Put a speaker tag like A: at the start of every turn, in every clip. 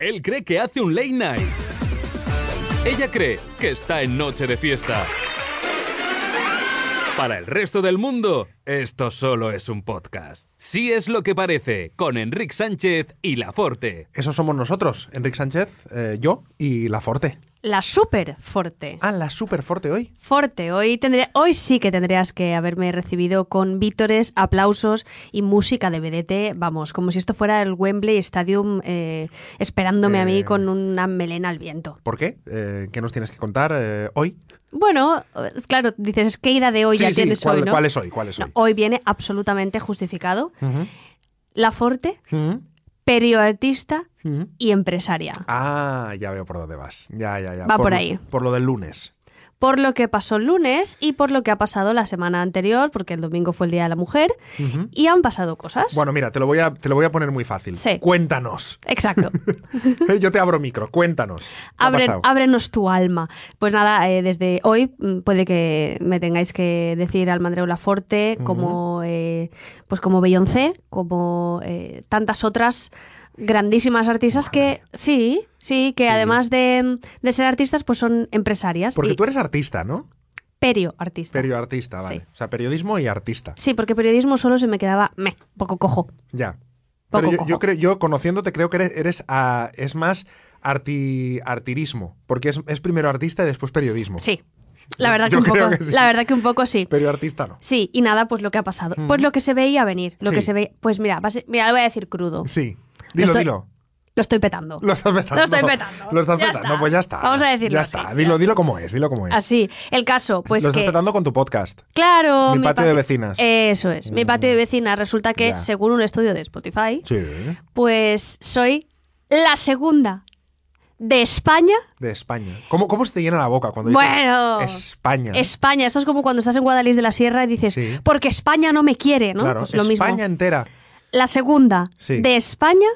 A: Él cree que hace un late night. Ella cree que está en noche de fiesta. Para el resto del mundo, esto solo es un podcast. Sí es lo que parece, con Enrique Sánchez y La Forte.
B: Eso somos nosotros, Enrique Sánchez, eh, yo y La Forte.
C: La super forte.
B: Ah, la super Forte hoy.
C: Forte, hoy tendré, hoy sí que tendrías que haberme recibido con vítores, aplausos y música de vedete, vamos, como si esto fuera el Wembley Stadium eh, esperándome a mí
B: Eh.
C: con una melena al viento.
B: ¿Por qué? Eh, ¿Qué nos tienes que contar eh, hoy?
C: Bueno, eh, claro, dices, es que ida de hoy
B: Sí,
C: ya
B: sí,
C: tienes
B: ¿cuál,
C: hoy, ¿no?
B: cuál es hoy? ¿Cuál es
C: No,
B: hoy?
C: hoy viene absolutamente justificado. La Forte,
B: Ujú.
C: periodista
B: Ujú.
C: y empresaria.
B: Ah, ya veo por dónde vas. Ya, ya, ya.
C: Va por
B: lo-
C: ahí.
B: Por lo del lunes.
C: por lo que pasó el lunes y por lo que ha pasado la semana anterior, porque el domingo fue el Día de la Mujer, y han pasado cosas.
B: Bueno, mira, te lo voy a, te lo voy a poner muy fácil.
C: Sí.
B: Cuéntanos.
C: Exacto.
B: Eh, Yo te abro micro, cuéntanos. ¿Qué ha
C: Abre-
B: pasado?
C: ábrenos tu alma. Pues nada, eh, desde hoy mm, puede que me tengáis que decir al Mandreu Laforte como, eh, pues como Beyoncé, como eh, tantas otras grandísimas artistas que sí, sí, que además de, de ser artistas, pues son empresarias.
B: Porque
C: y
B: tú eres artista, ¿no?
C: perio artista.
B: Perioartista, vale.
C: Sí.
B: O sea, periodismo y artista.
C: Sí, porque periodismo solo se me quedaba meh, poco cojo.
B: Ya.
C: Poco
B: Pero yo,
C: cojo.
B: yo creo, yo conociéndote creo que eres, eres, ah, es más arti- artirismo, porque es, es primero artista y después periodismo.
C: Sí. La verdad que,
B: Yo
C: un
B: creo
C: poco,
B: que sí.
C: la verdad que un poco sí.
B: Pero artista no.
C: Sí, y nada, pues lo que ha pasado. Pues lo que se veía venir, lo
B: Sí.
C: que se ve, pues mira, va a ser- mira, lo voy a decir crudo.
B: Sí. Dilo,
C: Estoy-
B: dilo.
C: Lo estoy petando.
B: Lo estás petando.
C: Lo estoy petando.
B: Lo estás
C: Ya
B: petando,
C: está.
B: pues ya está.
C: Vamos a decirlo
B: Ya
C: así,
B: está.
C: ya
B: Dilo,
C: está.
B: dilo como es, dilo como es.
C: Así, el caso, pues
B: lo estás
C: que
B: petando con tu podcast.
C: claro,
B: Mi patio de
C: pati-
B: vecinas.
C: Eso es, mi patio de vecinas resulta que
B: Ya.
C: según un estudio de Spotify,
B: Sí.
C: pues soy la segunda de España.
B: De España. ¿Cómo, cómo se te llena la boca cuando
C: Bueno.
B: dices España?
C: España, esto es como cuando estás en Guadalís de la Sierra y dices,
B: Sí.
C: porque España no me quiere, ¿no?
B: Claro,
C: Pues lo mismo.
B: España entera.
C: la segunda
B: Sí.
C: de España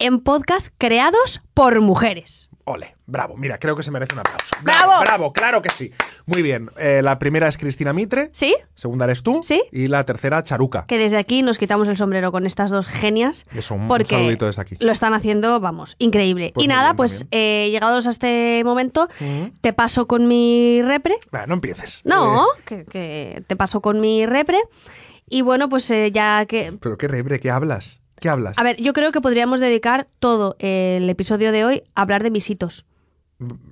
C: en podcast creados por mujeres.
B: Ole, bravo. Mira, creo que se merece un aplauso.
C: ¡Bravo!
B: Bravo, claro que sí. Muy bien. Eh, la primera es Cristina Mitre.
C: ¿Sí?
B: Segunda eres tú.
C: Sí.
B: Y la tercera, Charuca.
C: Que desde aquí nos quitamos el sombrero con estas dos genias.
B: Eso, un- un
C: porque
B: saludito desde aquí.
C: Lo están haciendo, vamos, increíble.
B: Pues
C: y
B: muy
C: nada,
B: bien
C: pues
B: también.
C: eh, llegados a este momento,
B: Ujú.
C: te paso con mi repre.
B: Bueno, no empieces.
C: No,
B: Eh,
C: que, que te paso con mi repre. Y bueno, pues eh, ya que.
B: pero qué rebre, ¿qué hablas? ¿Qué hablas?
C: A ver, yo creo que podríamos dedicar todo el episodio de hoy a hablar de mis hitos,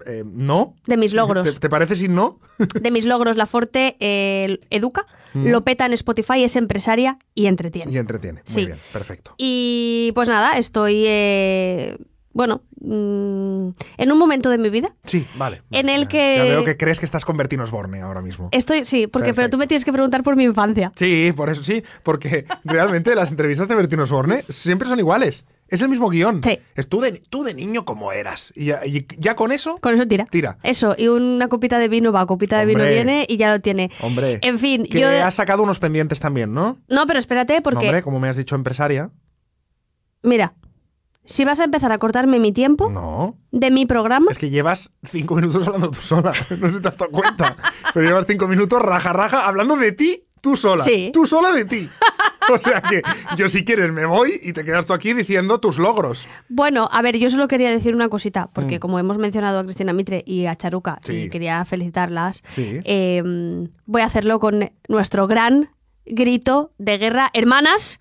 B: Eh, ¿No?
C: de mis logros.
B: ¿Te, te parece si no?
C: de mis logros, la Forte eh, educa, lo peta en Spotify, es empresaria y
B: Y
C: entretiene.
B: entretiene. Muy
C: Sí.
B: bien, perfecto.
C: Y pues nada, estoy, eh, bueno, mm, en un momento de mi vida.
B: Sí, vale.
C: En el
B: Ya-
C: que-
B: Ya veo que crees que estás convertido en Osborne ahora mismo.
C: Estoy, sí, porque pero
B: Perfecto.
C: tú me tienes que preguntar por mi infancia.
B: Sí, por eso sí, porque realmente las entrevistas de Bertino Osborne siempre son iguales. Es el mismo guión.
C: Sí.
B: Es tú de, tú de niño como eras. Y ya, y ya con eso...
C: Con eso tira.
B: Tira.
C: Eso, y una copita de vino va, copita de vino
B: Hombre.
C: viene y ya lo tiene.
B: Hombre.
C: En fin,
B: que
C: Eh, yo...
B: has sacado unos pendientes también, ¿no?
C: No, pero espérate,
B: No,
C: porque...
B: hombre, como me has dicho empresaria.
C: Mira, si vas a empezar a cortarme mi tiempo
B: No.
C: de mi programa...
B: Es que llevas cinco minutos hablando tú sola. No sé si te has dado cuenta. Pero llevas cinco minutos raja, raja, hablando de ti, tú sola.
C: Sí.
B: Tú sola de ti. O sea que yo si quieres me voy y te quedas tú aquí diciendo tus logros.
C: Bueno, a ver, yo solo quería decir una cosita, porque como hemos mencionado a Cristina Mitre y a Charuca,
B: Mm. Sí.
C: y quería felicitarlas,
B: Sí.
C: eh, voy a hacerlo con nuestro gran grito de guerra, hermanas.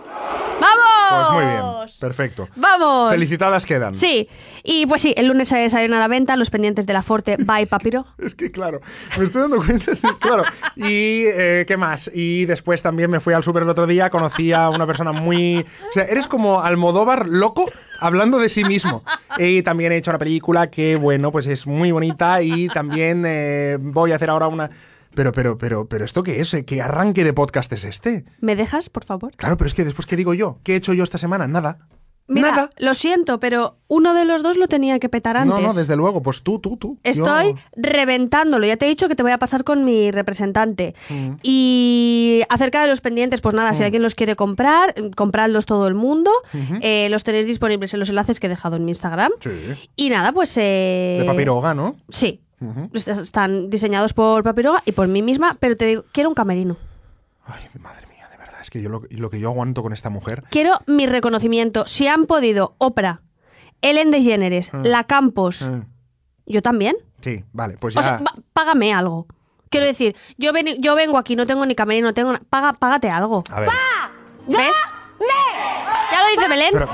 B: Pues
C: ¡Vamos!
B: muy bien. Perfecto.
C: ¡Vamos!
B: Felicitadas quedan.
C: Sí, y pues sí, el lunes salen a la venta los pendientes de la Forte by Papiro.
B: Es que claro, me estoy dando cuenta. de- claro. Y eh, qué más. Y después también me fui al súper el otro día, conocí a una persona muy. O sea, eres como Almodóvar loco hablando de sí mismo. Y también he hecho una película que, bueno, pues es muy bonita. Y también eh, voy a hacer ahora una. Pero, pero, pero, pero, ¿esto qué es? ¿Qué arranque de podcast es este?
C: ¿Me dejas, por favor?
B: Claro, pero es que después, ¿qué digo yo? ¿Qué he hecho yo esta semana? Nada.
C: Mira,
B: Nada.
C: lo siento, pero uno de los dos lo tenía que petar antes.
B: No, no, desde luego. Pues tú, tú, tú. Yo-
C: Estoy reventándolo. Ya te he dicho que te voy a pasar con mi representante.
B: Mm.
C: Y acerca de los pendientes, pues nada, si alguien los quiere comprar, eh, compradlos todo el mundo. Eh, los tenéis disponibles en los enlaces que he dejado en mi Instagram.
B: Sí.
C: Y nada, pues... eh,
B: De papiroga, ¿no?
C: Sí. Est- Están diseñados por Papiroga y por mí misma, pero te digo, quiero un camerino.
B: Ay, madre mía, de verdad. es que yo lo, lo que yo aguanto con esta mujer.
C: Quiero mi reconocimiento. Si han podido Oprah, Ellen DeGeneres, La Campos,
B: Mm,
C: yo también.
B: Sí, vale, pues ya.
C: O sea, va- págame algo. Quiero decir, yo, ven- yo vengo aquí, no tengo ni camerino, no tengo na- paga, págate algo.
B: a ver.
C: ¿Ves? Ya lo dice Belén.
B: Pero,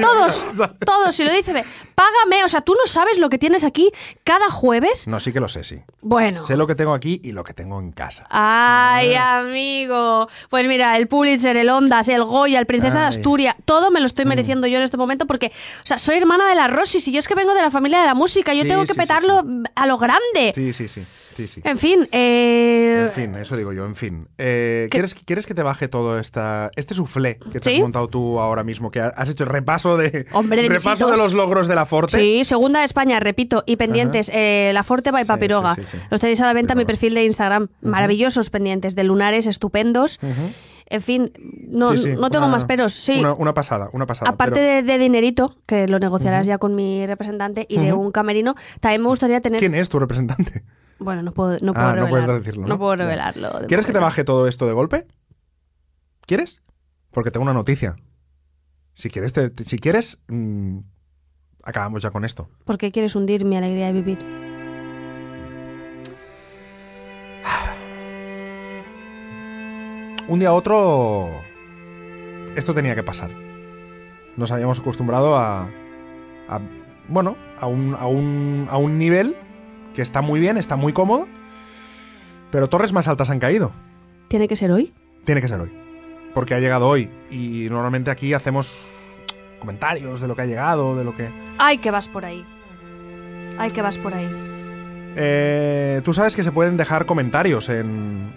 C: todos, todos, si lo dice Belén. Págame, o sea, tú no sabes lo que tienes aquí cada jueves.
B: no, sí que lo sé, sí. Ah.
C: Bueno.
B: Sé lo que tengo aquí y lo que tengo en casa.
C: Ay, amigo. Pues mira, el Pulitzer, el Ondas, el Goya, el Princesa de
B: Ay. Mm.
C: Asturias, todo me lo estoy mereciendo yo en este momento porque, o sea, soy hermana de la Rosy, si yo es que vengo de la familia de la música, yo
B: Sí,
C: tengo que
B: sí, sí,
C: petarlo a lo grande.
B: Sí, sí, sí. sí, sí.
C: En fin, eh,
B: En fin, eso digo yo, en fin. Eh, ¿quieres, ¿Quieres que te baje todo esta, este suflé que te
C: ¿Sí?
B: has montado tú ahora mismo? Que has hecho el repaso de,
C: Hombre, de mis
B: repaso de
C: hitos.
B: los logros de la Forte.
C: Sí, segunda de España, repito, y pendientes, eh, La Forte by
B: Sí,
C: Papiroga.
B: sí, sí, sí.
C: Los tenéis a la venta en mi
B: Papiroga.
C: perfil de Instagram. Maravillosos pendientes, de lunares estupendos. En fin, no,
B: Sí, sí,
C: no tengo
B: una-
C: más peros. Sí,
B: Una, una pasada, una pasada.
C: aparte
B: pero-
C: de, de dinerito, que lo negociarás ya con mi representante, y de un camerino, también me gustaría tener...
B: Pues, ¿Quién es tu representante?
C: Bueno, no puedo, no
B: Ah,
C: puedo
B: no
C: revelar-
B: puedes decirlo, ¿no?
C: puedo
B: Ya.
C: revelarlo. de
B: ¿Quieres que te
C: momento.
B: baje todo esto de golpe? ¿Quieres? Porque tengo una noticia. Si quieres, te- te- si quieres mm, acabamos ya con esto.
C: ¿Por qué quieres hundir mi alegría de vivir?
B: Un día a otro, esto tenía que pasar. Nos habíamos acostumbrado a, a- bueno, a un, a un- a un nivel que está muy bien, está muy cómodo, pero torres más altas han caído.
C: ¿Tiene que ser hoy?
B: Tiene que ser hoy. Porque ha llegado hoy. Y normalmente aquí hacemos comentarios de lo que ha llegado, de lo que...
C: ¡Ay, que vas por ahí! ¡Ay, que vas por ahí!
B: Eh, Tú sabes que se pueden dejar comentarios en,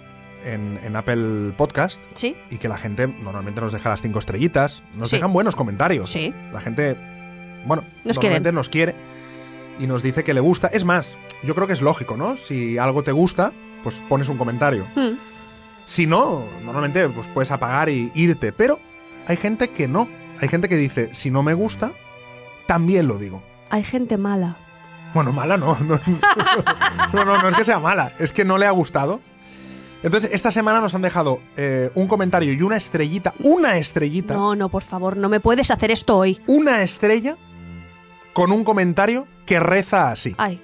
B: en, en Apple Podcast
C: ¿Sí?
B: y que la gente normalmente nos deja las cinco estrellitas. Nos
C: Sí.
B: dejan buenos comentarios.
C: Sí.
B: La gente, bueno,
C: Nos
B: normalmente
C: quieren.
B: nos quiere y nos dice que le gusta. Es más, yo creo que es lógico, ¿no? Si algo te gusta, pues pones un comentario.
C: Mm.
B: Si no, normalmente pues puedes apagar y irte, pero hay gente que no. Hay gente que dice, si no me gusta, también lo digo.
C: Hay gente mala.
B: Bueno, mala no. No, no, no, no es que sea mala, es que no le ha gustado. Entonces, esta semana nos han dejado eh, un comentario y una estrellita, una estrellita,
C: No, no, por favor, no me puedes hacer esto hoy.
B: una estrella con un comentario que reza así.
C: Ay,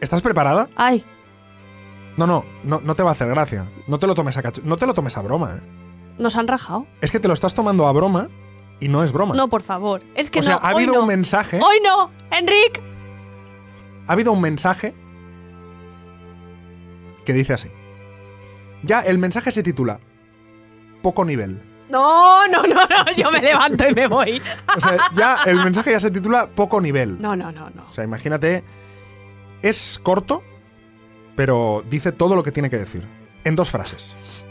B: ¿Estás preparada?
C: ay.
B: No, no, no, no te va a hacer gracia. No te lo tomes a cacho- no te lo tomes a broma. eh.
C: Nos han rajado.
B: Es que te lo estás tomando a broma y no es broma.
C: No, por favor. Es que
B: o sea,
C: no.
B: ha
C: hoy
B: habido
C: no.
B: un mensaje.
C: Hoy no, Enric.
B: Ha habido un mensaje que dice así. Ya, el mensaje se titula Poco nivel.
C: No, no, no, no. Yo me levanto y me voy.
B: O sea, ya el mensaje ya se titula Poco nivel.
C: No, no, no, no.
B: O sea, imagínate, es corto, pero dice todo lo que tiene que decir. En dos frases.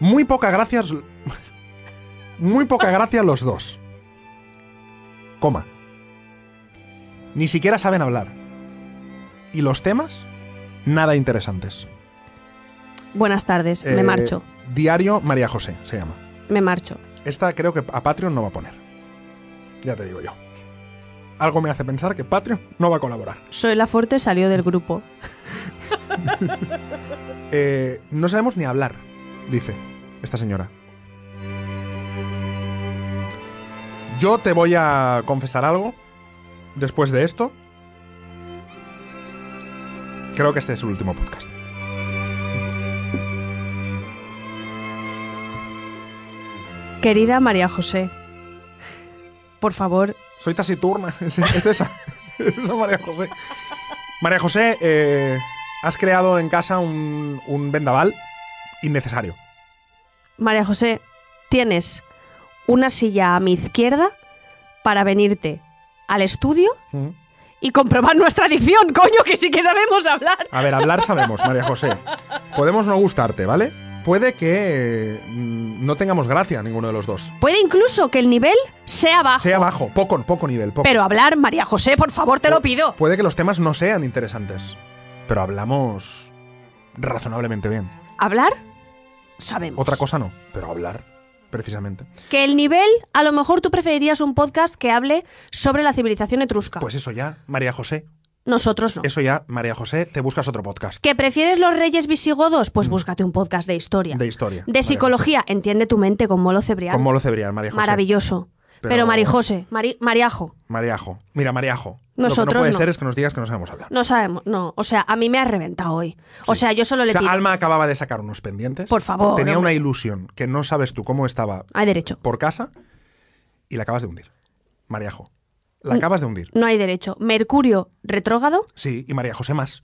B: Muy poca gracias. Muy poca gracia los dos. Coma. Ni siquiera saben hablar. Y los temas, nada interesantes.
C: Buenas tardes. me
B: Eh,
C: marcho.
B: Diario María José se llama.
C: Me marcho.
B: Esta creo que a Patreon no va a poner. Ya te digo yo. Algo me hace pensar que Patreon no va a colaborar.
C: Soy la fuerte, salió del grupo.
B: Eh, no sabemos ni hablar, dice esta señora. Yo te voy a confesar algo después de esto. Creo que este es el último podcast.
C: Querida María José, por favor,
B: Soy taciturna, es, es esa. Es esa María José. María José, eh, has creado en casa un- un vendaval innecesario.
C: María José, tienes una silla a mi izquierda para venirte al estudio y comprobar nuestra adicción, coño, que sí que sabemos hablar.
B: A ver, hablar sabemos, María José. Podemos no gustarte, ¿vale? Puede que eh, mm, no tengamos gracia ninguno de los dos.
C: Puede incluso que el nivel sea bajo.
B: Sea bajo, poco, poco nivel, poco.
C: Pero hablar, María José, por favor, te lo pido.
B: Puede que los temas no sean interesantes, pero hablamos razonablemente bien.
C: Hablar, sabemos.
B: Otra cosa no, pero hablar, precisamente.
C: Que el nivel, a lo mejor tú preferirías un podcast que hable sobre la civilización etrusca.
B: Pues eso ya, María José.
C: Nosotros no.
B: Pues Eso ya, María José, te buscas otro podcast.
C: ¿Que prefieres los reyes visigodos? Pues búscate un podcast de historia.
B: Mm. De historia,
C: De
B: María
C: psicología, entiende tu mente con Molo Cebrián.
B: Con Molo Cebrián, María José.
C: Maravilloso.
B: Pero-
C: Pero, Marijose, Mari- Mariajo,
B: Mariajo. Mira, Mariajo. Lo que
C: Nosotros
B: no puede
C: no.
B: ser es que nos digas que no sabemos hablar.
C: no sabemos, no, o sea, a mí me ha reventado hoy. O sea, yo solo
B: O
C: le
B: sea,
C: pido,
B: Alma acababa de sacar unos pendientes.
C: Por favor,
B: Tenía
C: hombre.
B: una ilusión que no sabes tú cómo estaba
C: hay derecho.
B: por casa y la acabas de hundir. Mariajo.
C: Mm.
B: La acabas de hundir.
C: No hay derecho. Mercurio retrógrado,
B: Sí, y María José más.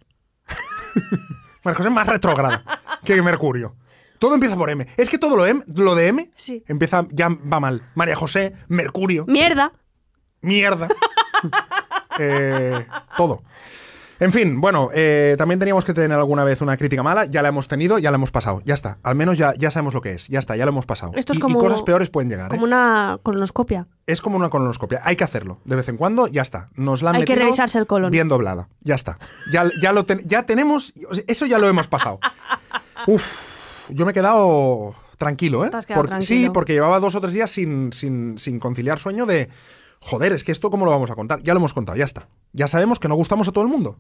B: María José más retrógrada que Mercurio. Todo empieza por M. Es que todo lo, M, lo de M
C: Sí.
B: empieza, ya va mal. María José, Mercurio,
C: mierda.
B: mierda. Eh, todo. En fin, bueno, eh, también teníamos que tener alguna vez una crítica mala. Ya la hemos tenido, ya la hemos pasado. Ya está. Al menos ya, ya sabemos lo que es. Ya está, ya lo hemos pasado.
C: Esto
B: y,
C: es
B: y
C: como-
B: cosas peores pueden llegar. ¿eh?
C: Como una colonoscopia.
B: Es como una colonoscopia. Hay que hacerlo. De vez en cuando, ya está. Nos la han
C: Hay que
B: metido
C: revisarse el colon.
B: Bien doblada. Ya está. Ya, ya lo ten- ya tenemos. o sea, eso ya lo hemos pasado. Uf. Yo me he quedado tranquilo, ¿eh?
C: Te has quedado
B: Porque-
C: tranquilo.
B: Sí, porque llevaba dos o tres días sin, sin- sin conciliar sueño de. Joder, es que esto, ¿cómo lo vamos a contar? Ya lo hemos contado, ya está. Ya sabemos que no gustamos a todo el mundo.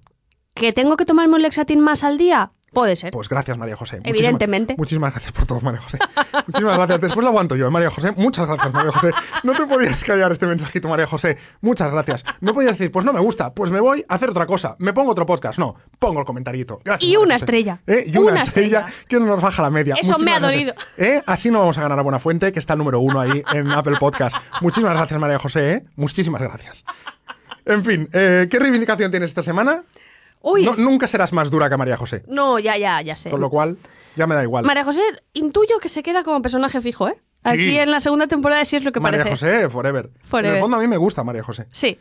C: ¿Que tengo que tomarme un lexatín más al día? Puede ser.
B: Pues gracias, María José. Muchísima-
C: Evidentemente.
B: Muchísimas, gracias por todo, María José. Muchísimas gracias. Después lo aguanto yo, ¿eh, María José. Muchas gracias, María José. No te podías callar este mensajito, María José. Muchas gracias. No podías decir, pues no me gusta, pues me voy a hacer otra cosa. Me pongo otro podcast. No, pongo el comentarito. Gracias,
C: Y
B: María
C: una
B: José.
C: estrella.
B: ¿Eh? Y una,
C: Una
B: estrella,
C: estrella.
B: que no nos baja la media.
C: Eso me ha
B: gracias. ¿Eh? Así no vamos a ganar a Buenafuente, que está el número uno ahí en Apple Podcast. Muchísimas gracias, María José. ¿eh? Muchísimas gracias. En fin, eh, ¿qué reivindicación tienes esta semana?
C: Uy,
B: No-
C: no,
B: nunca serás más dura que María José.
C: ya, ya, ya sé.
B: Con lo cual, ya me da igual.
C: María José, intuyo que se queda como personaje fijo, ¿eh?
B: Sí.
C: Aquí en la segunda temporada sí es lo que
B: María
C: parece.
B: José, forever. En el
C: Forever.
B: fondo a mí me gusta María José.
C: Sí.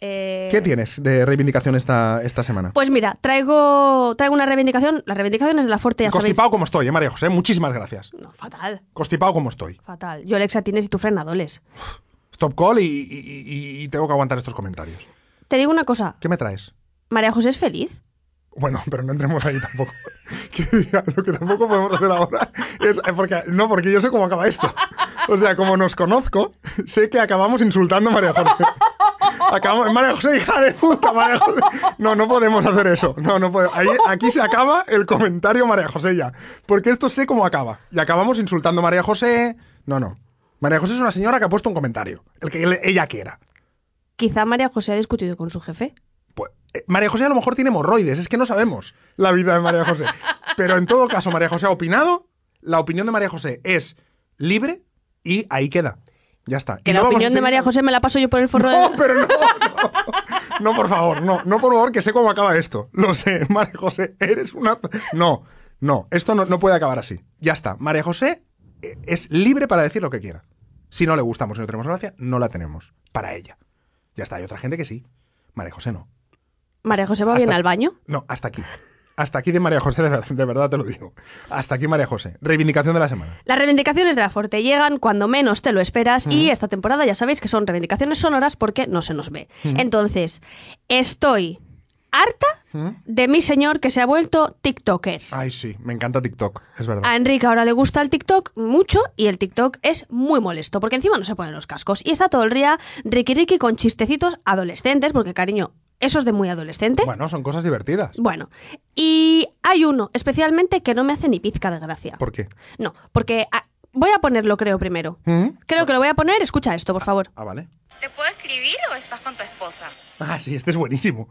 C: Eh,
B: ¿Qué tienes de reivindicación esta, esta semana?
C: Pues mira, traigo, traigo una reivindicación. Las reivindicaciones de la Forte ya sabéis.
B: Constipado como estoy, eh, María José. Muchísimas gracias.
C: No, fatal,
B: Constipado como estoy.
C: fatal. Yo lexatines y tú frenadoles.
B: Stop call y, y- y- y tengo que aguantar estos comentarios.
C: Te digo una cosa,
B: ¿Qué me traes?
C: María José es feliz.
B: Bueno, pero no entremos ahí tampoco. Quiero decir, lo que tampoco podemos hacer ahora es. eh, Porque, no, porque yo sé cómo acaba esto. O sea, como nos conozco, sé que acabamos insultando a María José. Acabamos. María José, hija de puta, María José. No, no podemos hacer eso. No, no podemos. Ahí- aquí se acaba el comentario María José ya. Porque esto sé cómo acaba. Y acabamos insultando a María José. No, no. María José es una señora que ha puesto un comentario. El que ele- ella quiera.
C: Quizá María José ha discutido con su jefe.
B: Pues, eh, María José a lo mejor tiene hemorroides, es que no sabemos la vida de María José. Pero en todo caso, María José ha opinado, la opinión de María José es libre y ahí queda. Ya está.
C: Que
B: Y
C: la
B: no vamos a
C: opinión de
B: seguir-
C: María José me la paso yo por el forro
B: No,
C: de...
B: pero no, no. No, por favor, no, no, por favor, que sé cómo acaba esto. Lo sé, María José, eres una. No, no, esto no, no puede acabar así. Ya está. María José eh, es libre para decir lo que quiera. Si no le gustamos y no tenemos gracia, no la tenemos. Para ella. Ya está, hay otra gente que sí. María José no.
C: María José va bien
B: Hasta-
C: al baño.
B: No, hasta aquí. Hasta aquí de María José, de, ver- de verdad te lo digo. Hasta aquí María José. Reivindicación de la semana.
C: Las reivindicaciones de la Forte llegan cuando menos te lo esperas y esta temporada ya sabéis que son reivindicaciones sonoras porque no se nos ve. Entonces, estoy harta de mi señor que se ha vuelto TikToker.
B: Ay, sí, me encanta TikTok, es verdad.
C: A Enrique ahora le gusta el TikTok mucho y el TikTok es muy molesto porque encima no se ponen los cascos y está todo el día Ricky Ricky con chistecitos adolescentes porque cariño, eso es de muy adolescente. Bueno.
B: Bueno, son cosas divertidas.
C: y hay uno especialmente que no me hace ni pizca de gracia.
B: ¿Por qué?
C: No, porque ah, voy a ponerlo creo primero.
B: ¿Mm?
C: Creo que lo voy a poner, escucha esto, por favor.
B: Ah, vale.
D: ¿Te puedo escribir o estás con tu esposa?
B: Ah, sí, este es buenísimo.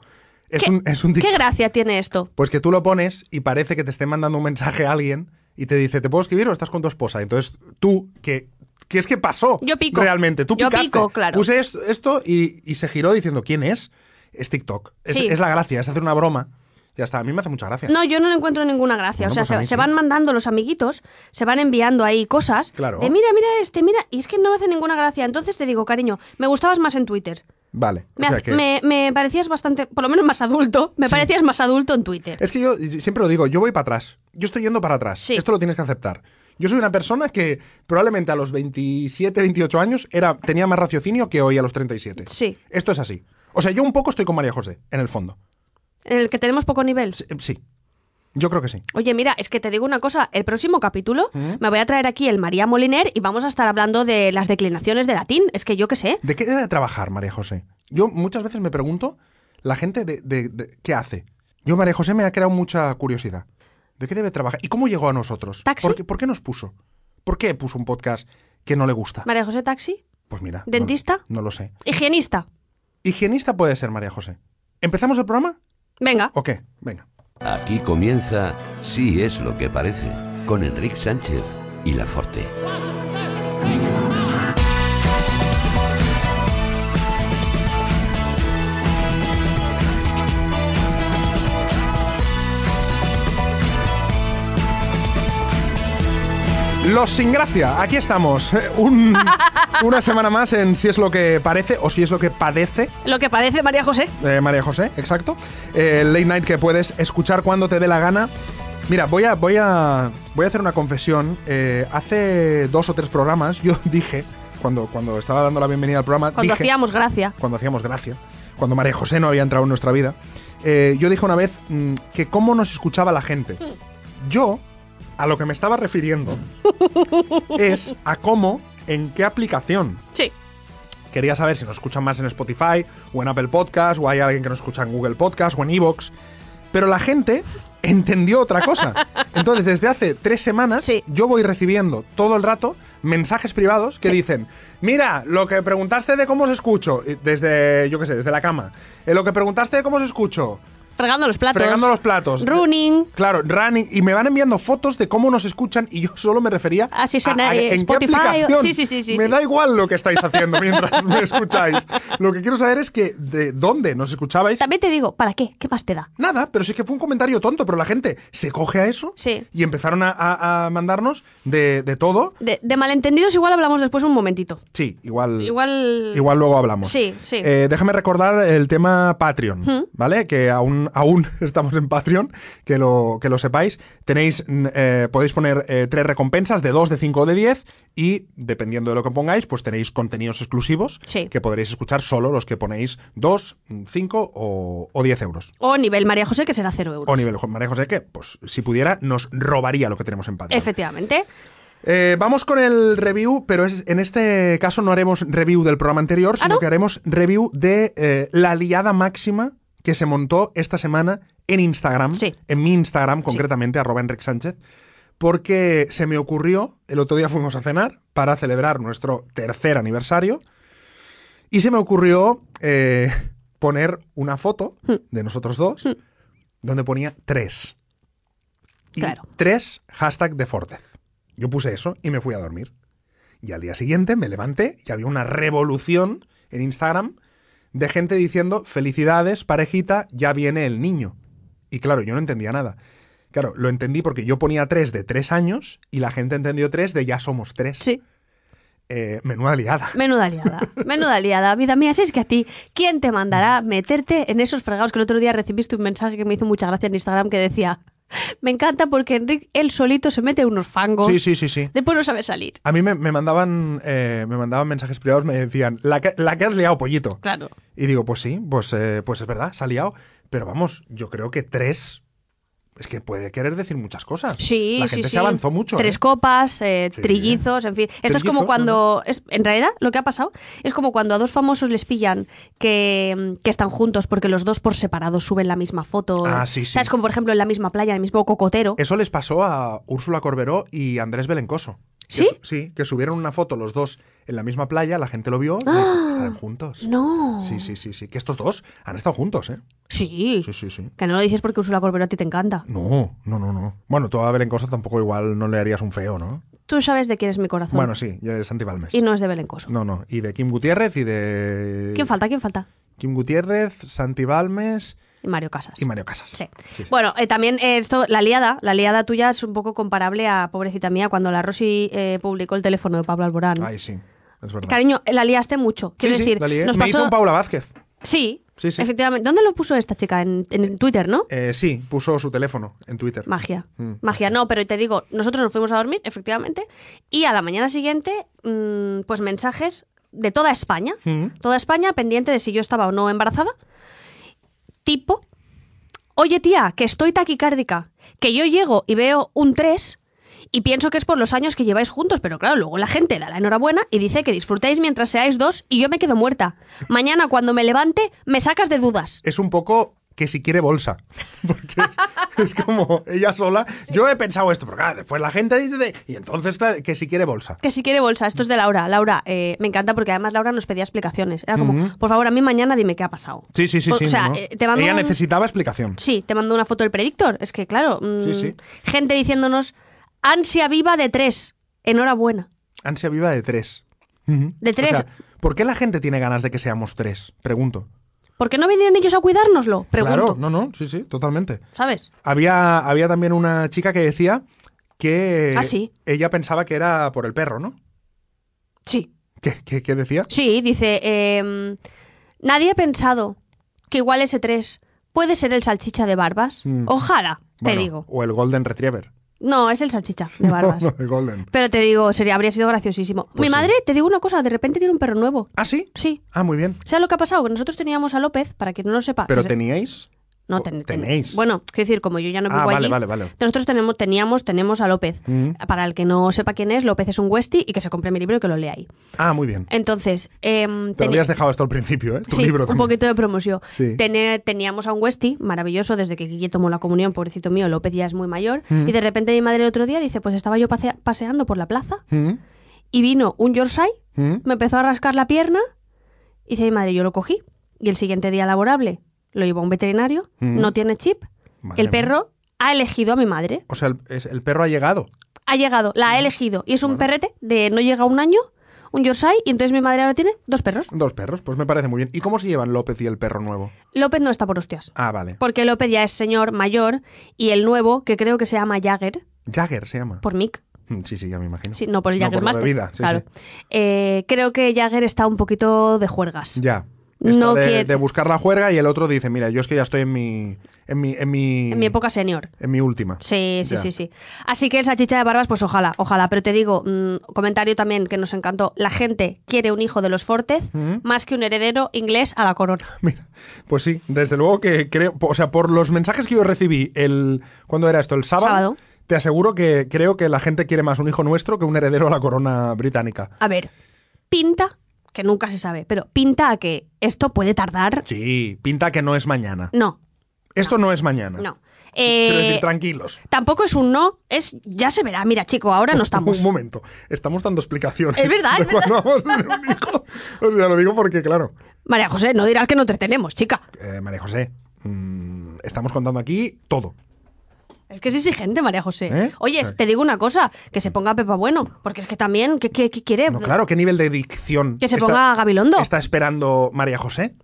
B: Es
C: ¿Qué-
B: un, es un
C: ¿Qué
B: TikTok.
C: gracia tiene esto?
B: Pues que tú lo pones y parece que te esté mandando un mensaje a alguien y te dice, ¿te puedo escribir o estás con tu esposa? Entonces tú, que, que es que pasó
C: Yo pico.
B: realmente, tú
C: Yo
B: picaste.
C: pico, claro.
B: Puse es- esto y, y se giró diciendo, ¿quién es? Es TikTok. Es,
C: Sí.
B: es la gracia, es hacer una broma. Ya está, a mí me hace mucha gracia.
C: No, yo no le encuentro ninguna gracia.
B: Bueno,
C: o sea,
B: pues a
C: se,
B: mí
C: se
B: sí.
C: van mandando los amiguitos, se van enviando ahí cosas.
B: Claro.
C: De mira, mira este, mira. Y es que no me hace ninguna gracia. Entonces te digo, cariño, me gustabas más en Twitter.
B: Vale.
C: Me,
B: o sea
C: hace-
B: que-
C: me- me parecías bastante, por lo menos más adulto. Me parecías más adulto en Twitter.
B: Es que yo siempre lo digo, yo voy para atrás. Yo estoy yendo para atrás.
C: Sí.
B: Esto lo tienes que aceptar. Yo soy una persona que probablemente a los 27, 28 años era, tenía más raciocinio que hoy a los 37.
C: Sí.
B: Esto es así. O sea, yo un poco estoy con María José, en el fondo.
C: En el que tenemos poco nivel.
B: Sí. eh, sí. Yo creo que sí.
C: Oye, mira, es que te digo una cosa. El próximo capítulo
B: ¿Mm?
C: me voy a traer aquí el María Moliner y vamos a estar hablando de las declinaciones de latín. Es que yo qué sé.
B: ¿De qué debe de trabajar María José? Yo muchas veces me pregunto la gente de, de- de- qué hace. Yo, María José, me ha creado mucha curiosidad. ¿De qué debe trabajar? ¿Y cómo llegó a nosotros?
C: ¿Taxi?
B: ¿Por qué, por qué nos puso? ¿Por qué puso un podcast que no le gusta?
C: María José Taxi,
B: Pues mira. no-
C: ¿Dentista?
B: No, lo sé.
C: higienista.
B: ¿Higienista puede ser María José? ¿Empezamos el programa
C: Venga.
B: o qué? Venga.
E: Aquí comienza Sí es lo que parece, con Enrique Sánchez y La Forte.
B: Los sin gracia, aquí estamos. Eh, un- una semana más en si es lo que parece o si es lo que padece
C: Lo que padece María José.
B: eh, María José, exacto. Eh, late Night que puedes escuchar cuando te dé la gana. Mira, voy a, voy a, voy a hacer una confesión. Eh, hace dos o tres programas yo dije, cuando, cuando estaba dando la bienvenida al programa,
C: Cuando
B: dije,
C: hacíamos gracia.
B: cuando hacíamos gracia, cuando María José no había entrado en nuestra vida, eh, yo dije una vez mm, que cómo nos escuchaba la gente. Yo, a lo que me estaba refiriendo, es a cómo, en qué aplicación
C: Sí.
B: quería saber si nos escuchan más en Spotify o en Apple Podcast o hay alguien que nos escucha en Google Podcast o en Evox. Pero la gente entendió otra cosa. Entonces, desde hace tres semanas,
C: Sí.
B: yo voy recibiendo todo el rato mensajes privados que dicen: Mira, lo que preguntaste de cómo os escucho, eh, desde, yo qué sé, desde la cama. Eh, lo que preguntaste de cómo os escucho,
C: Fregando los platos.
B: fregando los platos.
C: Running.
B: Claro, running. Y me van enviando fotos de cómo nos escuchan y yo solo me refería
C: Ah, sí, en, eh,
B: qué
C: Spotify o-
B: aplicación.
C: sí, sí, sí, sí,
B: Me
C: sí.
B: da igual lo que estáis haciendo mientras me escucháis. Lo que quiero saber es que de dónde nos escuchabais.
C: También te digo, ¿para qué? ¿Qué más te da?
B: Nada, pero sí que fue un comentario tonto, pero la gente se coge a eso
C: Sí.
B: y empezaron a, a- a mandarnos de, de todo.
C: De, de malentendidos igual hablamos después un momentito.
B: Sí, igual.
C: Igual...
B: Igual luego hablamos.
C: Sí, sí.
B: Eh, déjame recordar el tema Patreon, ¿vale? Que aún, aún estamos en Patreon, que lo, que lo sepáis. Tenéis, mm, eh, podéis poner eh, tres recompensas de 2, de 5 o de 10 y dependiendo de lo que pongáis, pues tenéis contenidos exclusivos
C: Sí.
B: que podréis escuchar solo los que ponéis 2, 5 o, o 10 euros.
C: O nivel María José, que será cero euros.
B: O nivel María José, que pues si pudiera nos robaría lo que tenemos en Patreon.
C: Efectivamente.
B: Eh, vamos con el review, pero es- en este caso no haremos review del programa anterior, sino
C: Ah, no?
B: que haremos review de eh, la liada máxima que se montó esta semana en Instagram,
C: Sí.
B: en mi Instagram concretamente, arroba Enric Sánchez, porque se me ocurrió, el otro día fuimos a cenar para celebrar nuestro tercer aniversario, y se me ocurrió eh, poner una foto
C: Hmm.
B: de nosotros dos, donde ponía tres. Y
C: Claro.
B: tres hashtag de Fortez. Yo puse eso y me fui a dormir. Y al día siguiente me levanté y había una revolución en Instagram de gente diciendo felicidades, parejita, ya viene el niño. Y claro, yo no entendía nada. Claro, lo entendí porque yo ponía tres de tres años y la gente entendió tres de ya somos tres.
C: Sí.
B: Eh, menuda liada.
C: Menuda liada, menuda liada, vida mía, si es que a ti, ¿quién te mandará meterte en esos fregados que el otro día recibiste un mensaje que me hizo mucha gracia en Instagram que decía, me encanta porque Enrique él solito se mete unos fangos,
B: Sí, sí, sí, sí.
C: después no sabe salir,
B: A mí me, me mandaban, eh, me mandaban mensajes privados, me decían, la que, la que has liado, pollito.
C: claro.
B: Y digo, pues sí, pues, eh, pues es verdad, se ha liado. Pero vamos, yo creo que tres es que puede querer decir muchas cosas.
C: Sí,
B: La
C: sí,
B: gente
C: sí.
B: se avanzó mucho.
C: Tres
B: ¿eh?
C: copas, eh,
B: Sí.
C: trillizos, en fin. Esto es
B: Trillizos,
C: como cuando. es- en realidad, lo que ha pasado es como cuando a dos famosos les pillan que, que están juntos porque los dos por separado suben la misma foto.
B: Ah, sí, sí.
C: ¿Sabes? Como por ejemplo en la misma playa, en el mismo cocotero.
B: Eso les pasó a Úrsula Corberó y Andrés Belencoso. Que
C: ¿Sí?
B: su- sí, que subieron una foto los dos en la misma playa, la gente lo vio, y estaban juntos.
C: ¡Ah! No.
B: Sí, sí, sí, sí. Que estos dos han estado juntos, ¿eh?
C: Sí.
B: Sí, sí, sí.
C: Que no lo dices porque Úrsula Corberó a ti te encanta.
B: No, no, no, no. Bueno, tú a Belencoso tampoco igual no le harías un feo, ¿no?
C: Tú sabes de quién es mi corazón.
B: Bueno, sí, ya de Santi Balmes.
C: Y no es de Belencoso.
B: No, no. Y de Kim Gutiérrez y de.
C: ¿Quién falta? ¿Quién falta?
B: Kim Gutiérrez, Santi Balmes
C: Y Mario Casas.
B: y Mario Casas.
C: Sí.
B: Sí, sí.
C: Bueno, eh, también eh, esto, la liada, la liada tuya es un poco comparable a pobrecita mía cuando la Rosy eh, publicó el teléfono de Pablo Alborán.
B: Ay, sí. Es verdad.
C: Cariño, la liaste mucho. Quiero
B: Sí, sí,
C: decir,
B: la lié.
C: nos
B: Me
C: pasó.
B: hizo un Paula Vázquez.
C: Sí,
B: Sí, sí.
C: efectivamente. ¿Dónde lo puso esta chica? En, en Twitter, ¿no?
B: Eh, sí, puso su teléfono en Twitter.
C: Magia.
B: Mm.
C: Magia. No, pero te digo, nosotros nos fuimos a dormir, efectivamente, y a la mañana siguiente, mm, pues mensajes de toda España.
B: Mm.
C: Toda España pendiente de si yo estaba o no embarazada. Tipo, oye tía, que estoy taquicárdica, que yo llego y veo un 3 Y pienso que es por los años que lleváis juntos, pero claro, luego la gente da la enhorabuena y dice que disfrutáis mientras seáis dos y yo me quedo muerta. Mañana cuando me levante me sacas de dudas.
B: es un poco que si quiere bolsa. Porque es como ella sola. Yo he pensado esto, pero claro, después la gente dice, de- y entonces claro, que si quiere bolsa.
C: Que si quiere bolsa, esto es de Laura. Laura, eh, me encanta porque además Laura nos pedía explicaciones. Era como, por favor, a mí mañana dime qué ha pasado.
B: Sí, sí, sí.
C: O,
B: sí,
C: o sea,
B: no, no.
C: eh, te mando
B: Ella
C: un-
B: necesitaba explicación.
C: Sí, te mando una foto del predictor. Es que, claro, mm,
B: Sí, sí.
C: gente diciéndonos, ansia viva de tres. Enhorabuena.
B: Ansia viva de tres. Ujú.
C: De tres.
B: O sea, ¿Por qué la gente tiene ganas de que seamos tres? Pregunto.
C: ¿Por qué no vinieron ellos a cuidárnoslo? Pregunto.
B: Claro, no, no, sí, sí, totalmente.
C: ¿Sabes?
B: Había, había también una chica que decía que
C: Ah, sí.
B: ella pensaba que era por el perro, ¿no?
C: Sí.
B: ¿Qué, qué- qué decía?
C: Sí, dice, em, nadie ha pensado que igual ese tres puede ser el salchicha de barbas.
B: Mm.
C: Ojalá, te
B: Bueno,
C: digo.
B: O el Golden Retriever.
C: No, es el salchicha de barbas.
B: No, el Golden.
C: Pero te digo, sería, habría sido graciosísimo. Mi
B: Pues sí.
C: madre, te digo una cosa, de repente tiene un perro nuevo.
B: ¿Ah, sí?
C: Sí.
B: Ah, muy bien.
C: ¿Sabes lo que ha pasado? Que nosotros teníamos a López, para quien no lo sepa.
B: ¿Pero
C: desde-
B: teníais?
C: No, ten- ten-
B: tenéis.
C: Bueno, quiero decir, como yo ya no vivo
B: Ah, vale,
C: allí,
B: vale, vale. Mm.
C: nosotros tenemos, teníamos, tenemos a López. Para el que no sepa quién es, López es un Westie y que se compre mi libro y que lo lea ahí.
B: Ah, muy bien.
C: Entonces, em,
B: Te lo
C: teni-
B: habías dejado hasta el principio, ¿eh? Tu
C: Eh, sí,
B: libro
C: un
B: también.
C: poquito de promoción.
B: Sí.
C: Tene- teníamos a un Westie maravilloso desde que Quique tomó la comunión, pobrecito mío, López ya es muy mayor.
B: Mm.
C: Y de repente mi madre el otro día dice, pues estaba yo pasea- paseando por la plaza
B: ¿Mm?
C: y vino un Yorkshire,
B: ¿Mm?
C: me empezó a rascar la pierna y dice mi madre, yo lo cogí. Y el siguiente día laborable lo llevó a un veterinario,
B: Mm.
C: no tiene chip,
B: Madre
C: el perro ha elegido a mi madre,
B: mía. O sea, el, es- el perro ha llegado.
C: ha llegado, la
B: Mm.
C: ha elegido y es un perrete de no llega a un año, un Yorkshire y entonces mi madre ahora tiene dos perros.
B: Dos perros, pues me parece muy bien. ¿Y cómo se llevan López y el perro nuevo?
C: López no está por hostias.
B: Ah, vale.
C: Porque López ya es señor mayor y el nuevo, que creo que se llama Jagger,
B: Jagger se llama.
C: por Mick,
B: Mm, Sí, sí, ya me imagino.
C: sí, no por el
B: No,
C: Jagger
B: la
C: Master,
B: bebida, sí,
C: claro.
B: sí.
C: Eh, creo que Jagger está un poquito de juergas.
B: Ya.
C: No
B: Esto de,
C: quiere-
B: de buscar la juerga y el otro dice, mira, yo es que ya estoy en mi... En mi, en mi,
C: En mi época senior.
B: En mi última.
C: Sí, sí,
B: Ya.
C: sí, sí. Así que esa chicha de barbas, pues ojalá, ojalá. Pero te digo, mm, comentario también que nos encantó. La gente quiere un hijo de los Fortez más que un heredero inglés a la corona.
B: Mira, pues sí, desde luego que creo, o sea, por los mensajes que yo recibí el ¿cuándo era esto? El sábado.
C: Sábado.
B: Te aseguro que creo que la gente quiere más un hijo nuestro que un heredero a la corona británica.
C: A ver, pinta, que nunca se sabe, pero pinta a que esto puede tardar.
B: Sí, pinta que no es mañana.
C: No,
B: Esto no es mañana.
C: no.
B: Ah. Quiero
C: Eh,
B: decir, tranquilos.
C: Tampoco es un no, es ya se verá. Mira, chico, ahora no estamos.
B: Un momento, estamos dando explicaciones.
C: Es verdad, es
B: de cuando vamos a tener un hijo. O sea, lo digo porque, claro,
C: María José, no dirás que no te tenemos, chica.
B: eh, María José, mm, estamos contando aquí todo.
C: Es que es exigente, María José.
B: ¿Eh?
C: Oye,
B: Sí.
C: te digo una cosa, que se ponga Pepa Bueno, porque es que también, ¿qué, qué- qué quiere?
B: No, claro, ¿qué nivel de dicción
C: Que se ponga Gabilondo.
B: está esperando María José?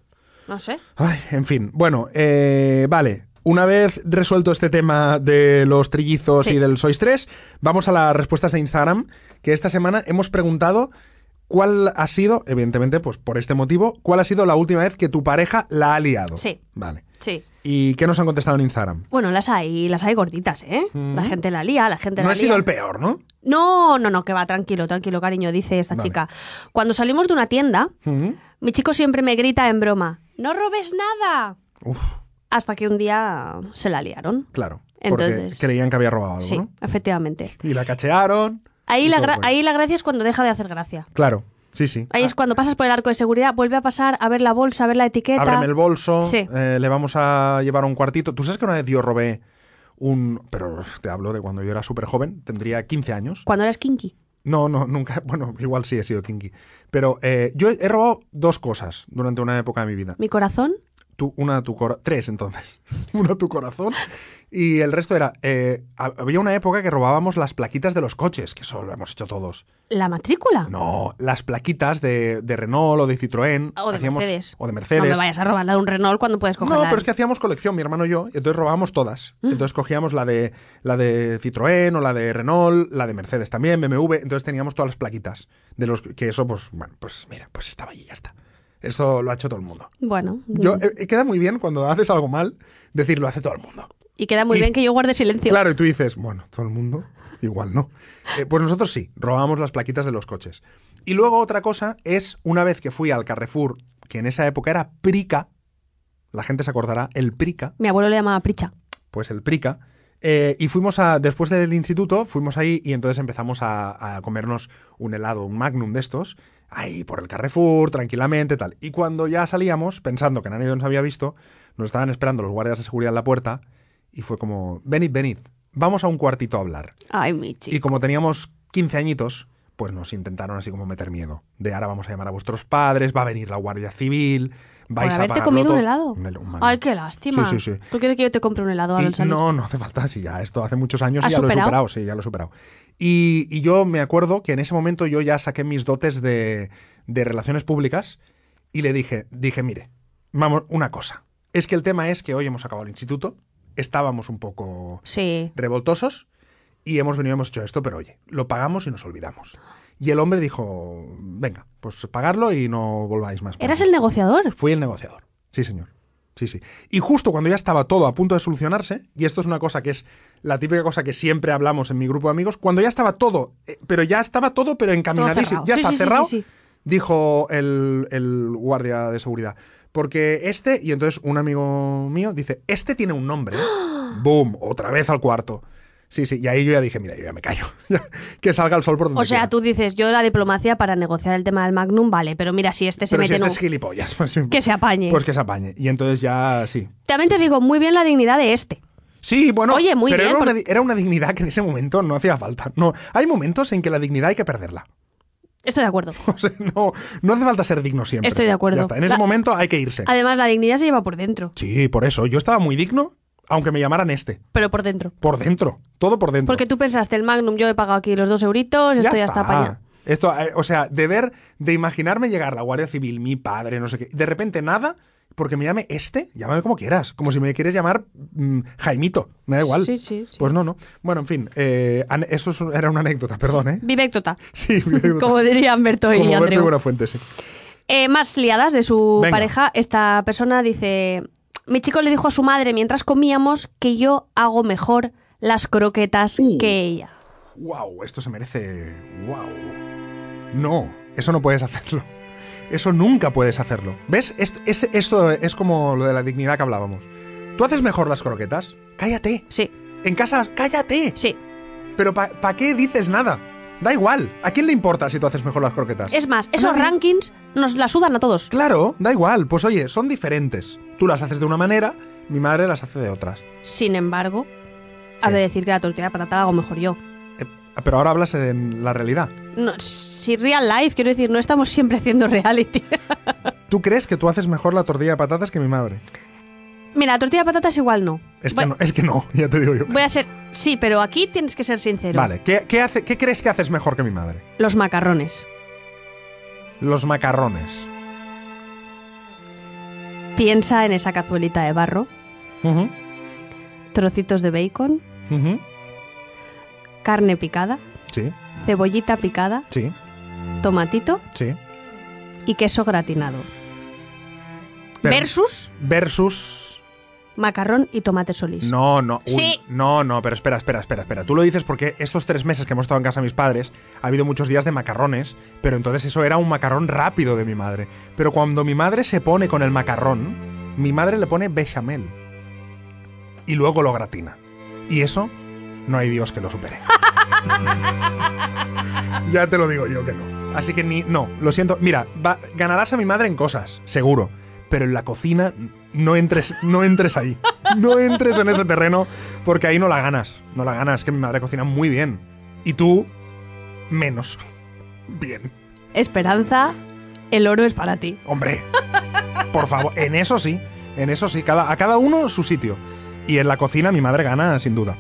C: No sé.
B: Ay, en fin. Bueno, eh, vale. Una vez resuelto este tema de los trillizos
C: Sí.
B: y del Sois 3, vamos a las respuestas de Instagram, que esta semana hemos preguntado cuál ha sido, evidentemente, pues por este motivo, cuál ha sido la última vez que tu pareja la ha liado.
C: Sí.
B: Vale.
C: Sí.
B: ¿Y qué nos han contestado en Instagram?
C: Bueno, las hay, las hay gorditas, ¿eh? La gente la lía, la gente
B: No
C: la
B: ha
C: lía.
B: sido el peor, ¿no?
C: No, no, no, que va, tranquilo, tranquilo, cariño, dice esta
B: Vale.
C: chica. Cuando salimos de una tienda,
B: Ujú.
C: mi chico siempre me grita en broma, ¡No robes nada!
B: Uf,
C: Hasta que un día se la liaron.
B: claro.
C: Entonces-
B: porque creían que había robado algo,
C: Sí,
B: ¿no?
C: efectivamente.
B: Y la cachearon.
C: Ahí
B: y
C: la,
B: todo
C: gra-
B: el rollo.
C: ahí la gracia es cuando deja de hacer gracia.
B: Claro, sí, Ah, sí.
C: Ahí es cuando pasas por el arco de seguridad, vuelve a pasar a ver la bolsa, a ver la etiqueta.
B: Ábreme el bolso,
C: Sí.
B: eh, le vamos a llevar a un cuartito. Tú sabes que una vez yo robé un... Pero uf, te hablo de cuando yo era súper joven, tendría 15 años.
C: Cuando eres kinky.
B: No, no, nunca... Bueno, igual sí he sido kinky. Pero eh, yo he robado dos cosas durante una época de mi vida.
C: Mi corazón,
B: Tú, una a tu corazón... Tres, entonces. una a tu corazón. Y el resto era... eh, ha- había una época que robábamos las plaquitas de los coches, que eso lo hemos hecho todos.
C: la matrícula.
B: No, las plaquitas de, de Renault o de Citroën.
C: O de
B: hacíamos-
C: Mercedes.
B: O de
C: No me
B: Mercedes.
C: vayas a robarla de un Renault cuando puedes cogerla.
B: No, pero es que hacíamos colección, mi hermano y yo, y entonces robábamos todas.
C: Mm.
B: Entonces cogíamos la de la de Citroën o la de Renault, la de Mercedes también, BMW, entonces teníamos todas las plaquitas de los que eso pues bueno, pues mira, pues estaba allí ya está. Eso lo ha hecho todo el mundo.
C: Bueno, mm,
B: Yo eh, eh, queda muy bien cuando haces algo mal decir lo hace todo el mundo.
C: y queda muy
B: y-
C: bien que yo guarde silencio.
B: Claro, y tú dices, bueno, todo el mundo igual no. Eh, pues nosotros sí, robábamos las plaquitas de los coches. Y luego otra cosa es una vez que fui al Carrefour, que en esa época era Prica, la gente se acordará, el Prica
C: Mi abuelo le llamaba Pricha.
B: pues el Prica, Eh, y fuimos a, después del instituto, fuimos ahí y entonces empezamos a, a comernos un helado, un magnum de estos, ahí por el Carrefour, tranquilamente, tal. Y cuando ya salíamos, pensando que nadie nos había visto, nos estaban esperando los guardias de seguridad en la puerta y fue como, venid, venid, vamos a un cuartito a hablar.
C: Ay, mi chico.
B: Y como teníamos 15 añitos, pues nos intentaron así como meter miedo. De ahora vamos a llamar a vuestros padres, va a venir la Guardia Civil, vais a
C: haberte
B: pagarlo
C: comido
B: todo.
C: un helado.
B: Un hel- un mango.
C: Ay, qué lástima.
B: Sí, sí, sí.
C: ¿Tú quieres que yo te compre un helado
B: Y
C: ahora al salir?
B: no, no hace falta, sí, ya esto hace muchos años y
C: ¿Has
B: ya lo he
C: superado?
B: superado, sí, ya lo he superado. Y, y yo me acuerdo que en ese momento yo ya saqué mis dotes de, de relaciones públicas y le dije, dije, mire, vamos, una cosa, es que el tema es que hoy hemos acabado el instituto, estábamos un poco
C: Sí.
B: revoltosos y hemos venido, hemos hecho esto, pero oye, lo pagamos y nos olvidamos. Y el hombre dijo, venga, pues pagarlo y no volváis más. por
C: ¿Eras
B: aquí".
C: el negociador?
B: Fui el negociador. Sí, señor. Sí, sí. Y justo cuando ya estaba todo a punto de solucionarse, y esto es una cosa que es la típica cosa que siempre hablamos en mi grupo de amigos, cuando ya estaba todo, eh, pero ya estaba todo, pero encaminadísimo,
C: cerrado.
B: ya
C: Sí,
B: está
C: sí, sí,
B: cerrado,
C: sí, sí.
B: dijo el, el guardia de seguridad. Porque este, y entonces un amigo mío dice, este tiene un nombre. Boom, otra vez al cuarto. Sí, sí, y ahí yo ya dije, mira, yo ya me callo. que salga el sol por donde
C: O sea,
B: quiera.
C: tú dices, yo la diplomacia para negociar el tema del Magnum, vale, pero mira, si este se
B: Pero si
C: mete en
B: este
C: un-
B: es gilipollas, pues,
C: Que se apañe.
B: Pues que se apañe. Y entonces ya, sí,
C: También te digo, muy bien la dignidad de este.
B: Sí, bueno,
C: Oye, muy
B: pero
C: bien,
B: era, una,
C: porque-
B: di- era una dignidad que en ese momento no hacía falta. No, hay momentos en que la dignidad hay que perderla.
C: Estoy de acuerdo.
B: O sea, no, no hace falta ser digno siempre.
C: Estoy de acuerdo.
B: Ya está, En ese
C: La-
B: momento hay que irse.
C: Además, la dignidad se lleva por dentro,
B: Sí, por eso. Yo estaba muy digno, aunque me llamaran este.
C: pero por dentro.
B: Por dentro. Todo por dentro.
C: Porque tú pensaste, el Magnum, yo he pagado aquí los dos euritos,
B: Ya
C: esto ya
B: está.
C: está apañado.
B: Esto, eh, o sea, de ver, de imaginarme llegar la Guardia Civil, mi padre, no sé qué. De repente nada, porque me llame este, llámame como quieras. Como si me quieres llamar mm, Jaimito. Me da igual.
C: Sí, sí, sí.
B: Pues no, no. Bueno, en fin. eh, an- eso es un- era una anécdota, perdón, ¿eh?
C: Vivectota,
B: Sí, mi anécdota.
C: como dirían Berto y
B: Como Berto y
C: Andreu.
B: Buenafuente, sí.
C: Eh, más liadas de su
B: Venga.
C: pareja. Esta persona dice: Mi chico le dijo a su madre mientras comíamos que yo hago mejor las croquetas
B: Uh.
C: que ella.
B: Wow, esto se merece. Wow. No, eso no puedes hacerlo. Eso nunca puedes hacerlo. ¿Ves? Es- es- esto es como lo de la dignidad que hablábamos. ¿Tú haces mejor las croquetas? Cállate.
C: Sí,
B: En casa, cállate.
C: sí.
B: Pero ¿para qué dices nada? Da igual. ¿A quién le importa si tú haces mejor las croquetas?
C: Es más,
B: ¿A
C: esos
B: nadie?
C: rankings nos la sudan a todos.
B: Claro, da igual. Pues oye, son diferentes. Tú las haces de una manera, mi madre las hace de otras.
C: Sin embargo, has de decir que la tortilla de patata la hago mejor yo.
B: Eh, pero ahora hablas en la realidad.
C: No, si real life, quiero decir, no estamos siempre haciendo reality.
B: ¿Tú crees que tú haces mejor la tortilla de patatas que mi madre?
C: Mira, la tortilla de patatas igual no.
B: Es que,
C: voy,
B: no, es que no, ya te digo yo.
C: voy a ser. Sí, pero aquí tienes que ser sincero.
B: Vale, ¿qué, qué hace, ¿qué crees que haces mejor que mi madre?
C: Los macarrones.
B: Los macarrones.
C: Piensa en esa cazuelita de barro,
B: Ujú,
C: trocitos de bacon,
B: ujú.
C: carne picada,
B: Sí,
C: cebollita picada,
B: sí,
C: tomatito
B: sí.
C: y queso gratinado.
B: Pero-
C: Versus
B: Versus.
C: macarrón y tomate solís.
B: No, no. uy,
C: Sí.
B: No, no, pero espera, espera, espera, espera. Tú lo dices porque estos tres meses que hemos estado en casa de mis padres ha habido muchos días de macarrones, pero entonces eso era un macarrón rápido de mi madre. Pero cuando mi madre se pone con el macarrón, mi madre le pone bechamel. Y luego lo gratina. Y eso, no hay Dios que lo supere. Ya te lo digo yo que no. Así que ni. No, lo siento. Mira, va- ganarás a mi madre en cosas, seguro. Pero en la cocina no entres, no entres ahí. No entres en ese terreno porque ahí no la ganas. No la ganas, que mi madre cocina muy bien. Y tú, menos. Bien.
C: Esperanza, el oro es para ti.
B: Hombre, por favor, en eso sí, en eso sí, cada, a cada uno su sitio. Y en la cocina mi madre gana, sin duda.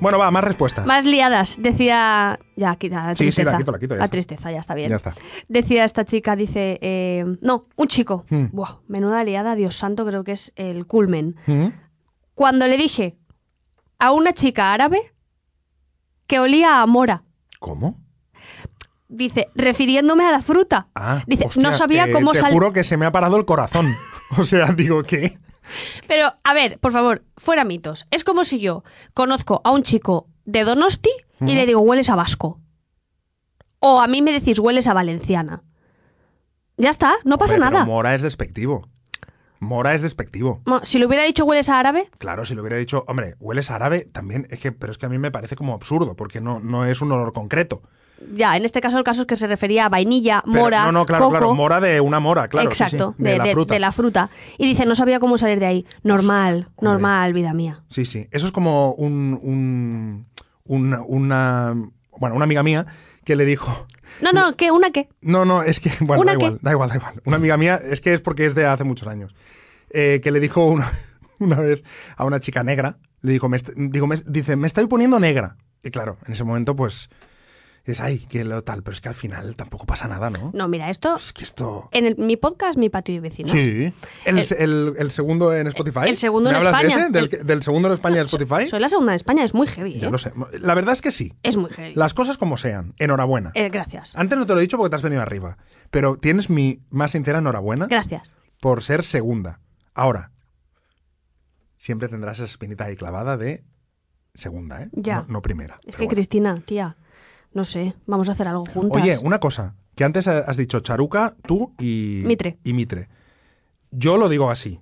B: Bueno, va, más respuestas.
C: Más liadas, decía. Ya, quita la
B: Sí, sí,
C: tristeza.
B: la quito, la quito, ya está.
C: tristeza, ya está bien.
B: Ya está.
C: Decía esta chica, dice. eh, no, un chico.
B: Hmm.
C: Buah, menuda liada, Dios santo, creo que es el culmen.
B: ¿Mm?
C: Cuando le dije a una chica árabe que olía a mora,
B: ¿Cómo?
C: dice, refiriéndome a la fruta.
B: Ah,
C: dice,
B: hostia,
C: no sabía
B: te-
C: cómo
B: Te
C: salir.
B: juro que se me ha parado el corazón. O sea, digo, ¿qué?
C: Pero, a ver, por favor, fuera mitos. Es como si yo conozco a un chico de Donosti y le digo, hueles a vasco. O a mí me decís, hueles a valenciana. Ya está, no pasa
B: Hombre, pero
C: nada.
B: Mora es despectivo. Mora es despectivo.
C: Mo- Si lo hubiera dicho hueles a árabe,
B: Claro, si lo hubiera dicho, hombre, hueles a árabe también, es que, pero es que a mí me parece como absurdo, porque no, no es un olor concreto.
C: ya, en este caso el caso es que se refería a vainilla,
B: Pero-
C: mora,
B: No, no, claro,
C: coco.
B: claro, mora de una mora, claro. sí, sí,
C: Exacto,
B: de, la fruta.
C: fruta. Y dice, no sabía cómo salir de ahí. Normal,
B: hombre.
C: normal, vida mía.
B: Sí, sí. Eso es como un, un- una, una- Bueno, una amiga mía que le dijo.
C: No, no, ¿qué? ¿Una qué?
B: No, no, es que. Bueno,
C: ¿Una
B: da
C: qué?
B: igual, da igual, da igual. Una amiga mía, es que es porque es de hace muchos años. eh, que le dijo una, una vez a una chica negra, le dijo, me est- digo, me- dice, me estoy poniendo negra. Y claro, en ese momento, pues. Es ay, que lo tal, pero es que al final tampoco pasa nada, ¿no?
C: No, mira, esto...
B: Es que esto.
C: En el- mi podcast, mi patio de vecinos.
B: Sí. El, el- el segundo en Spotify.
C: el segundo
B: ¿Me
C: en
B: hablas de
C: España.
B: ese? ¿Del,
C: El-
B: del segundo en España en Spotify?
C: Soy la segunda de España, es muy heavy.
B: Ya
C: ¿eh?
B: lo sé. La verdad es que sí.
C: Es muy heavy.
B: Las cosas como sean. Enhorabuena.
C: Eh, gracias.
B: Antes no te lo he dicho porque te has venido arriba. Pero tienes mi más sincera enhorabuena
C: Gracias.
B: por ser segunda. Ahora, siempre tendrás esa espinita ahí clavada de segunda, ¿eh?
C: Ya.
B: No, no primera.
C: Es
B: pero
C: que
B: bueno.
C: Cristina, tía, no sé, vamos a hacer algo juntas.
B: Oye, una cosa. Que antes has dicho Charuca, tú y
C: Mitre.
B: y Mitre. Yo lo digo así.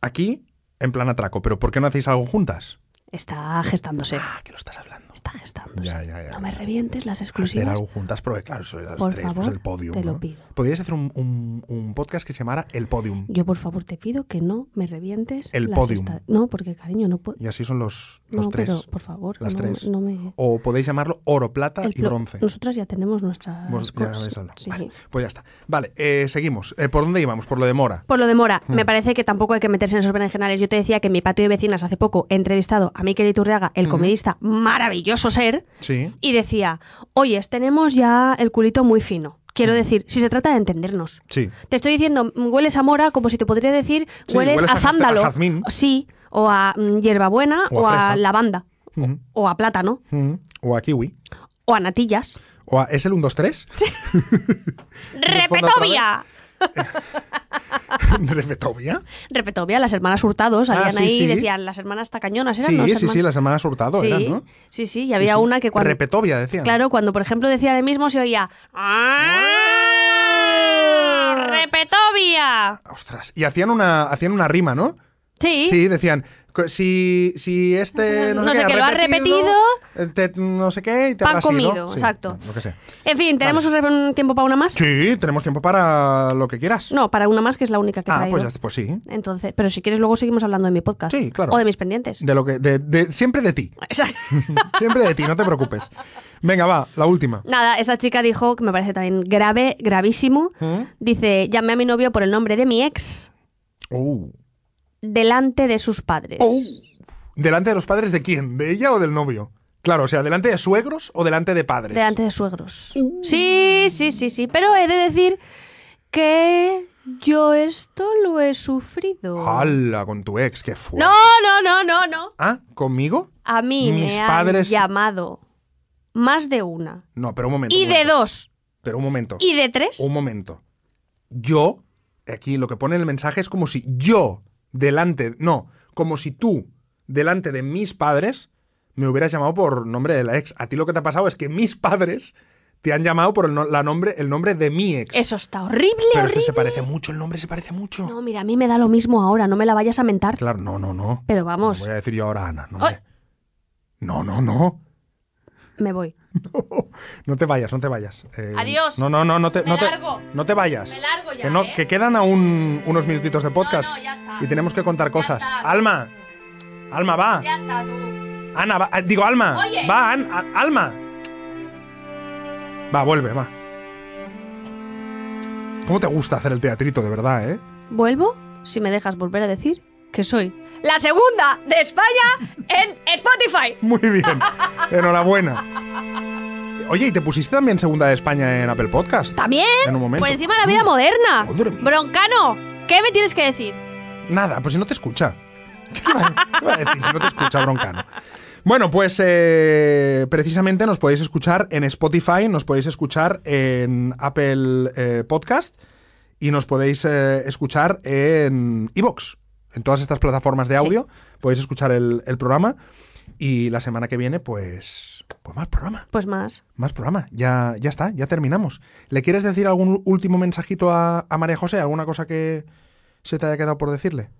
B: Aquí, en plan atraco. Pero ¿por qué no hacéis algo juntas?
C: Está gestándose.
B: Ah, que lo estás hablando.
C: Está gestándose.
B: Ya, ya, ya.
C: No me revientes las
B: hacer
C: exclusivas.
B: algo juntas, porque claro, eso era las
C: Por
B: tres,
C: favor,
B: pues el podium.
C: te lo
B: ¿no?
C: pido.
B: Podrías hacer un, un- un podcast que se llamara El Podium.
C: Yo, por favor, te pido que no me revientes.
B: El
C: las
B: podium.
C: esta- No, porque, cariño, no puedo.
B: Y así son los,
C: No,
B: los tres.
C: pero, por favor,
B: Las
C: no,
B: tres.
C: no me...
B: O podéis llamarlo oro, plata
C: el
B: y
C: plo-
B: bronce.
C: Nosotras ya tenemos nuestras
B: Vos ya
C: cosas.
B: habéis hablado.
C: Ah, Sí.
B: Vale, pues ya está. Vale, eh, seguimos. Eh, ¿Por dónde íbamos? Por lo de Mora.
C: Por lo de Mora, me
B: Hmm.
C: parece que tampoco hay que meterse en esos berenjenales. Yo te decía que en mi patio de vecinas hace poco he entrevistado a Miquel Iturriaga, el comedista maravilloso ser,
B: Sí.
C: y decía, oyes, tenemos ya el culito muy fino. Quiero
B: Hmm.
C: decir, si se trata de entendernos.
B: Sí.
C: Te estoy diciendo, mm, hueles a mora, como si te podría decir,
B: Sí,
C: hueles,
B: hueles
C: a,
B: a jaz-
C: sándalo.
B: a jazmín.
C: Sí, o a mm, hierbabuena,
B: O a
C: o a,
B: fresa.
C: lavanda,
B: Ujú,
C: o a plátano,
B: ujú. O a Kiwi.
C: o a natillas.
B: O a, ¿Es el 1, 2, 3? fondo otra
C: ¡Repetovia!
B: ¿Repetovia?
C: Repetovia, las hermanas Hurtados,
B: Ah,
C: habían
B: sí,
C: ahí,
B: sí.
C: decían, las hermanas tacañonas eran,
B: Sí,
C: ¿no?
B: sí,
C: Las
B: sí,
C: hermanas-
B: las hermanas Hurtado
C: sí,
B: eran, ¿no?
C: sí, sí, y había
B: Sí, sí.
C: una que cuando...
B: Repetovia, decían.
C: Claro, cuando por ejemplo decía de mismo se oía... "¡Ah! ¡Repetovia!
B: Ostras. Y hacían una, hacían una rima, ¿no?
C: Sí,
B: Sí, decían, co- si, si este no,
C: No sé
B: qué,
C: qué, lo ha
B: eh, te- no sé qué y te
C: Pan
B: habrás ido.
C: comido,
B: Sí,
C: exacto.
B: bueno, lo que sea.
C: En fin, ¿tenemos un re- un tiempo para una más?
B: Sí, tenemos tiempo para lo que quieras.
C: No, para una más, que es la única que he
B: ah,
C: traído.
B: pues, ya está, pues sí.
C: Entonces, pero si quieres luego seguimos hablando de mi podcast.
B: Sí, claro. Mm.
C: O de mis pendientes.
B: De lo que, de, de- siempre de ti.
C: O sea,
B: Siempre de ti, no te preocupes. Venga, va, la última.
C: Nada, esta chica dijo, que me parece también grave, gravísimo,
B: ¿Mm?
C: dice, llamé a mi novio por el nombre de mi ex
B: Oh.
C: delante de sus padres.
B: Oh. ¿Delante de los padres de quién? ¿De ella o del novio? Claro, o sea, ¿delante de suegros o delante de padres?
C: Delante de suegros.
B: Uh.
C: Sí, sí, sí, sí. Pero he de decir que yo esto lo he sufrido.
B: ¡Hala! Con tu ex, qué fuerte.
C: No, no, no, no, no.
B: ¿Ah? ¿Conmigo?
C: A mí
B: Mis
C: me han
B: padres-
C: llamado más de una.
B: No, pero un momento.
C: Y
B: un
C: de
B: momento.
C: dos.
B: Pero un momento.
C: Y de tres.
B: Un momento. Yo, aquí lo que pone en el mensaje es como si yo, delante, no, como si tú, delante de mis padres, me hubieras llamado por nombre de la ex. A ti lo que te ha pasado es que mis padres te han llamado por el, no- la nombre, el nombre de mi ex.
C: Eso está horrible,
B: Pero es que
C: horrible.
B: se parece mucho, el nombre se parece mucho.
C: No, mira, a mí me da lo mismo ahora, no me la vayas a mentar.
B: Claro, no, no, no.
C: Pero vamos.
B: No voy a decir yo ahora a Ana. No,
C: Ay.
B: hombre. no, no, no.
C: Me voy.
B: No te vayas, no te vayas. Eh,
C: Adiós.
B: No, no, no, no te,
C: Me
B: no, te
C: largo.
B: no te vayas.
C: Me largo ya,
B: Que, no-
C: ¿eh?
B: que quedan aún unos minutitos de podcast.
C: No, no, ya está.
B: Y tenemos que contar cosas.
C: está.
B: Alma. Alma, va.
C: está, tú.
B: Ana, va. Ah, Digo, Alma.
C: Oye.
B: Va, An- a- Alma. Va, vuelve, va. ¿Cómo te gusta hacer el teatrito, de verdad, eh?
C: ¿Vuelvo? Si me dejas volver a decir que soy la segunda de España en Spotify.
B: Muy bien. Enhorabuena. Oye, ¿y te pusiste también segunda de España en Apple Podcast?
C: ¿También?
B: En un momento.
C: Por encima de la vida moderna.
B: Madre mía.
C: Broncano, ¿qué me tienes que decir?
B: Nada, pues si no te escucha. ¿Qué te va a- qué va a decir si no te escucha, broncano? Bueno, pues eh, precisamente nos podéis escuchar en Spotify, nos podéis escuchar en Apple eh, Podcast y nos podéis eh, escuchar en Evox. En todas estas plataformas de audio podéis escuchar el, el programa y la semana que viene, pues, pues más programa.
C: Pues más.
B: Más programa, ya, ya está, ya terminamos. ¿Le quieres decir algún último mensajito a, a María José? ¿Alguna cosa que, se te haya quedado por decirle?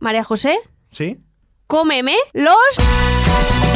C: María José,
B: ¿Sí?
C: cómeme los...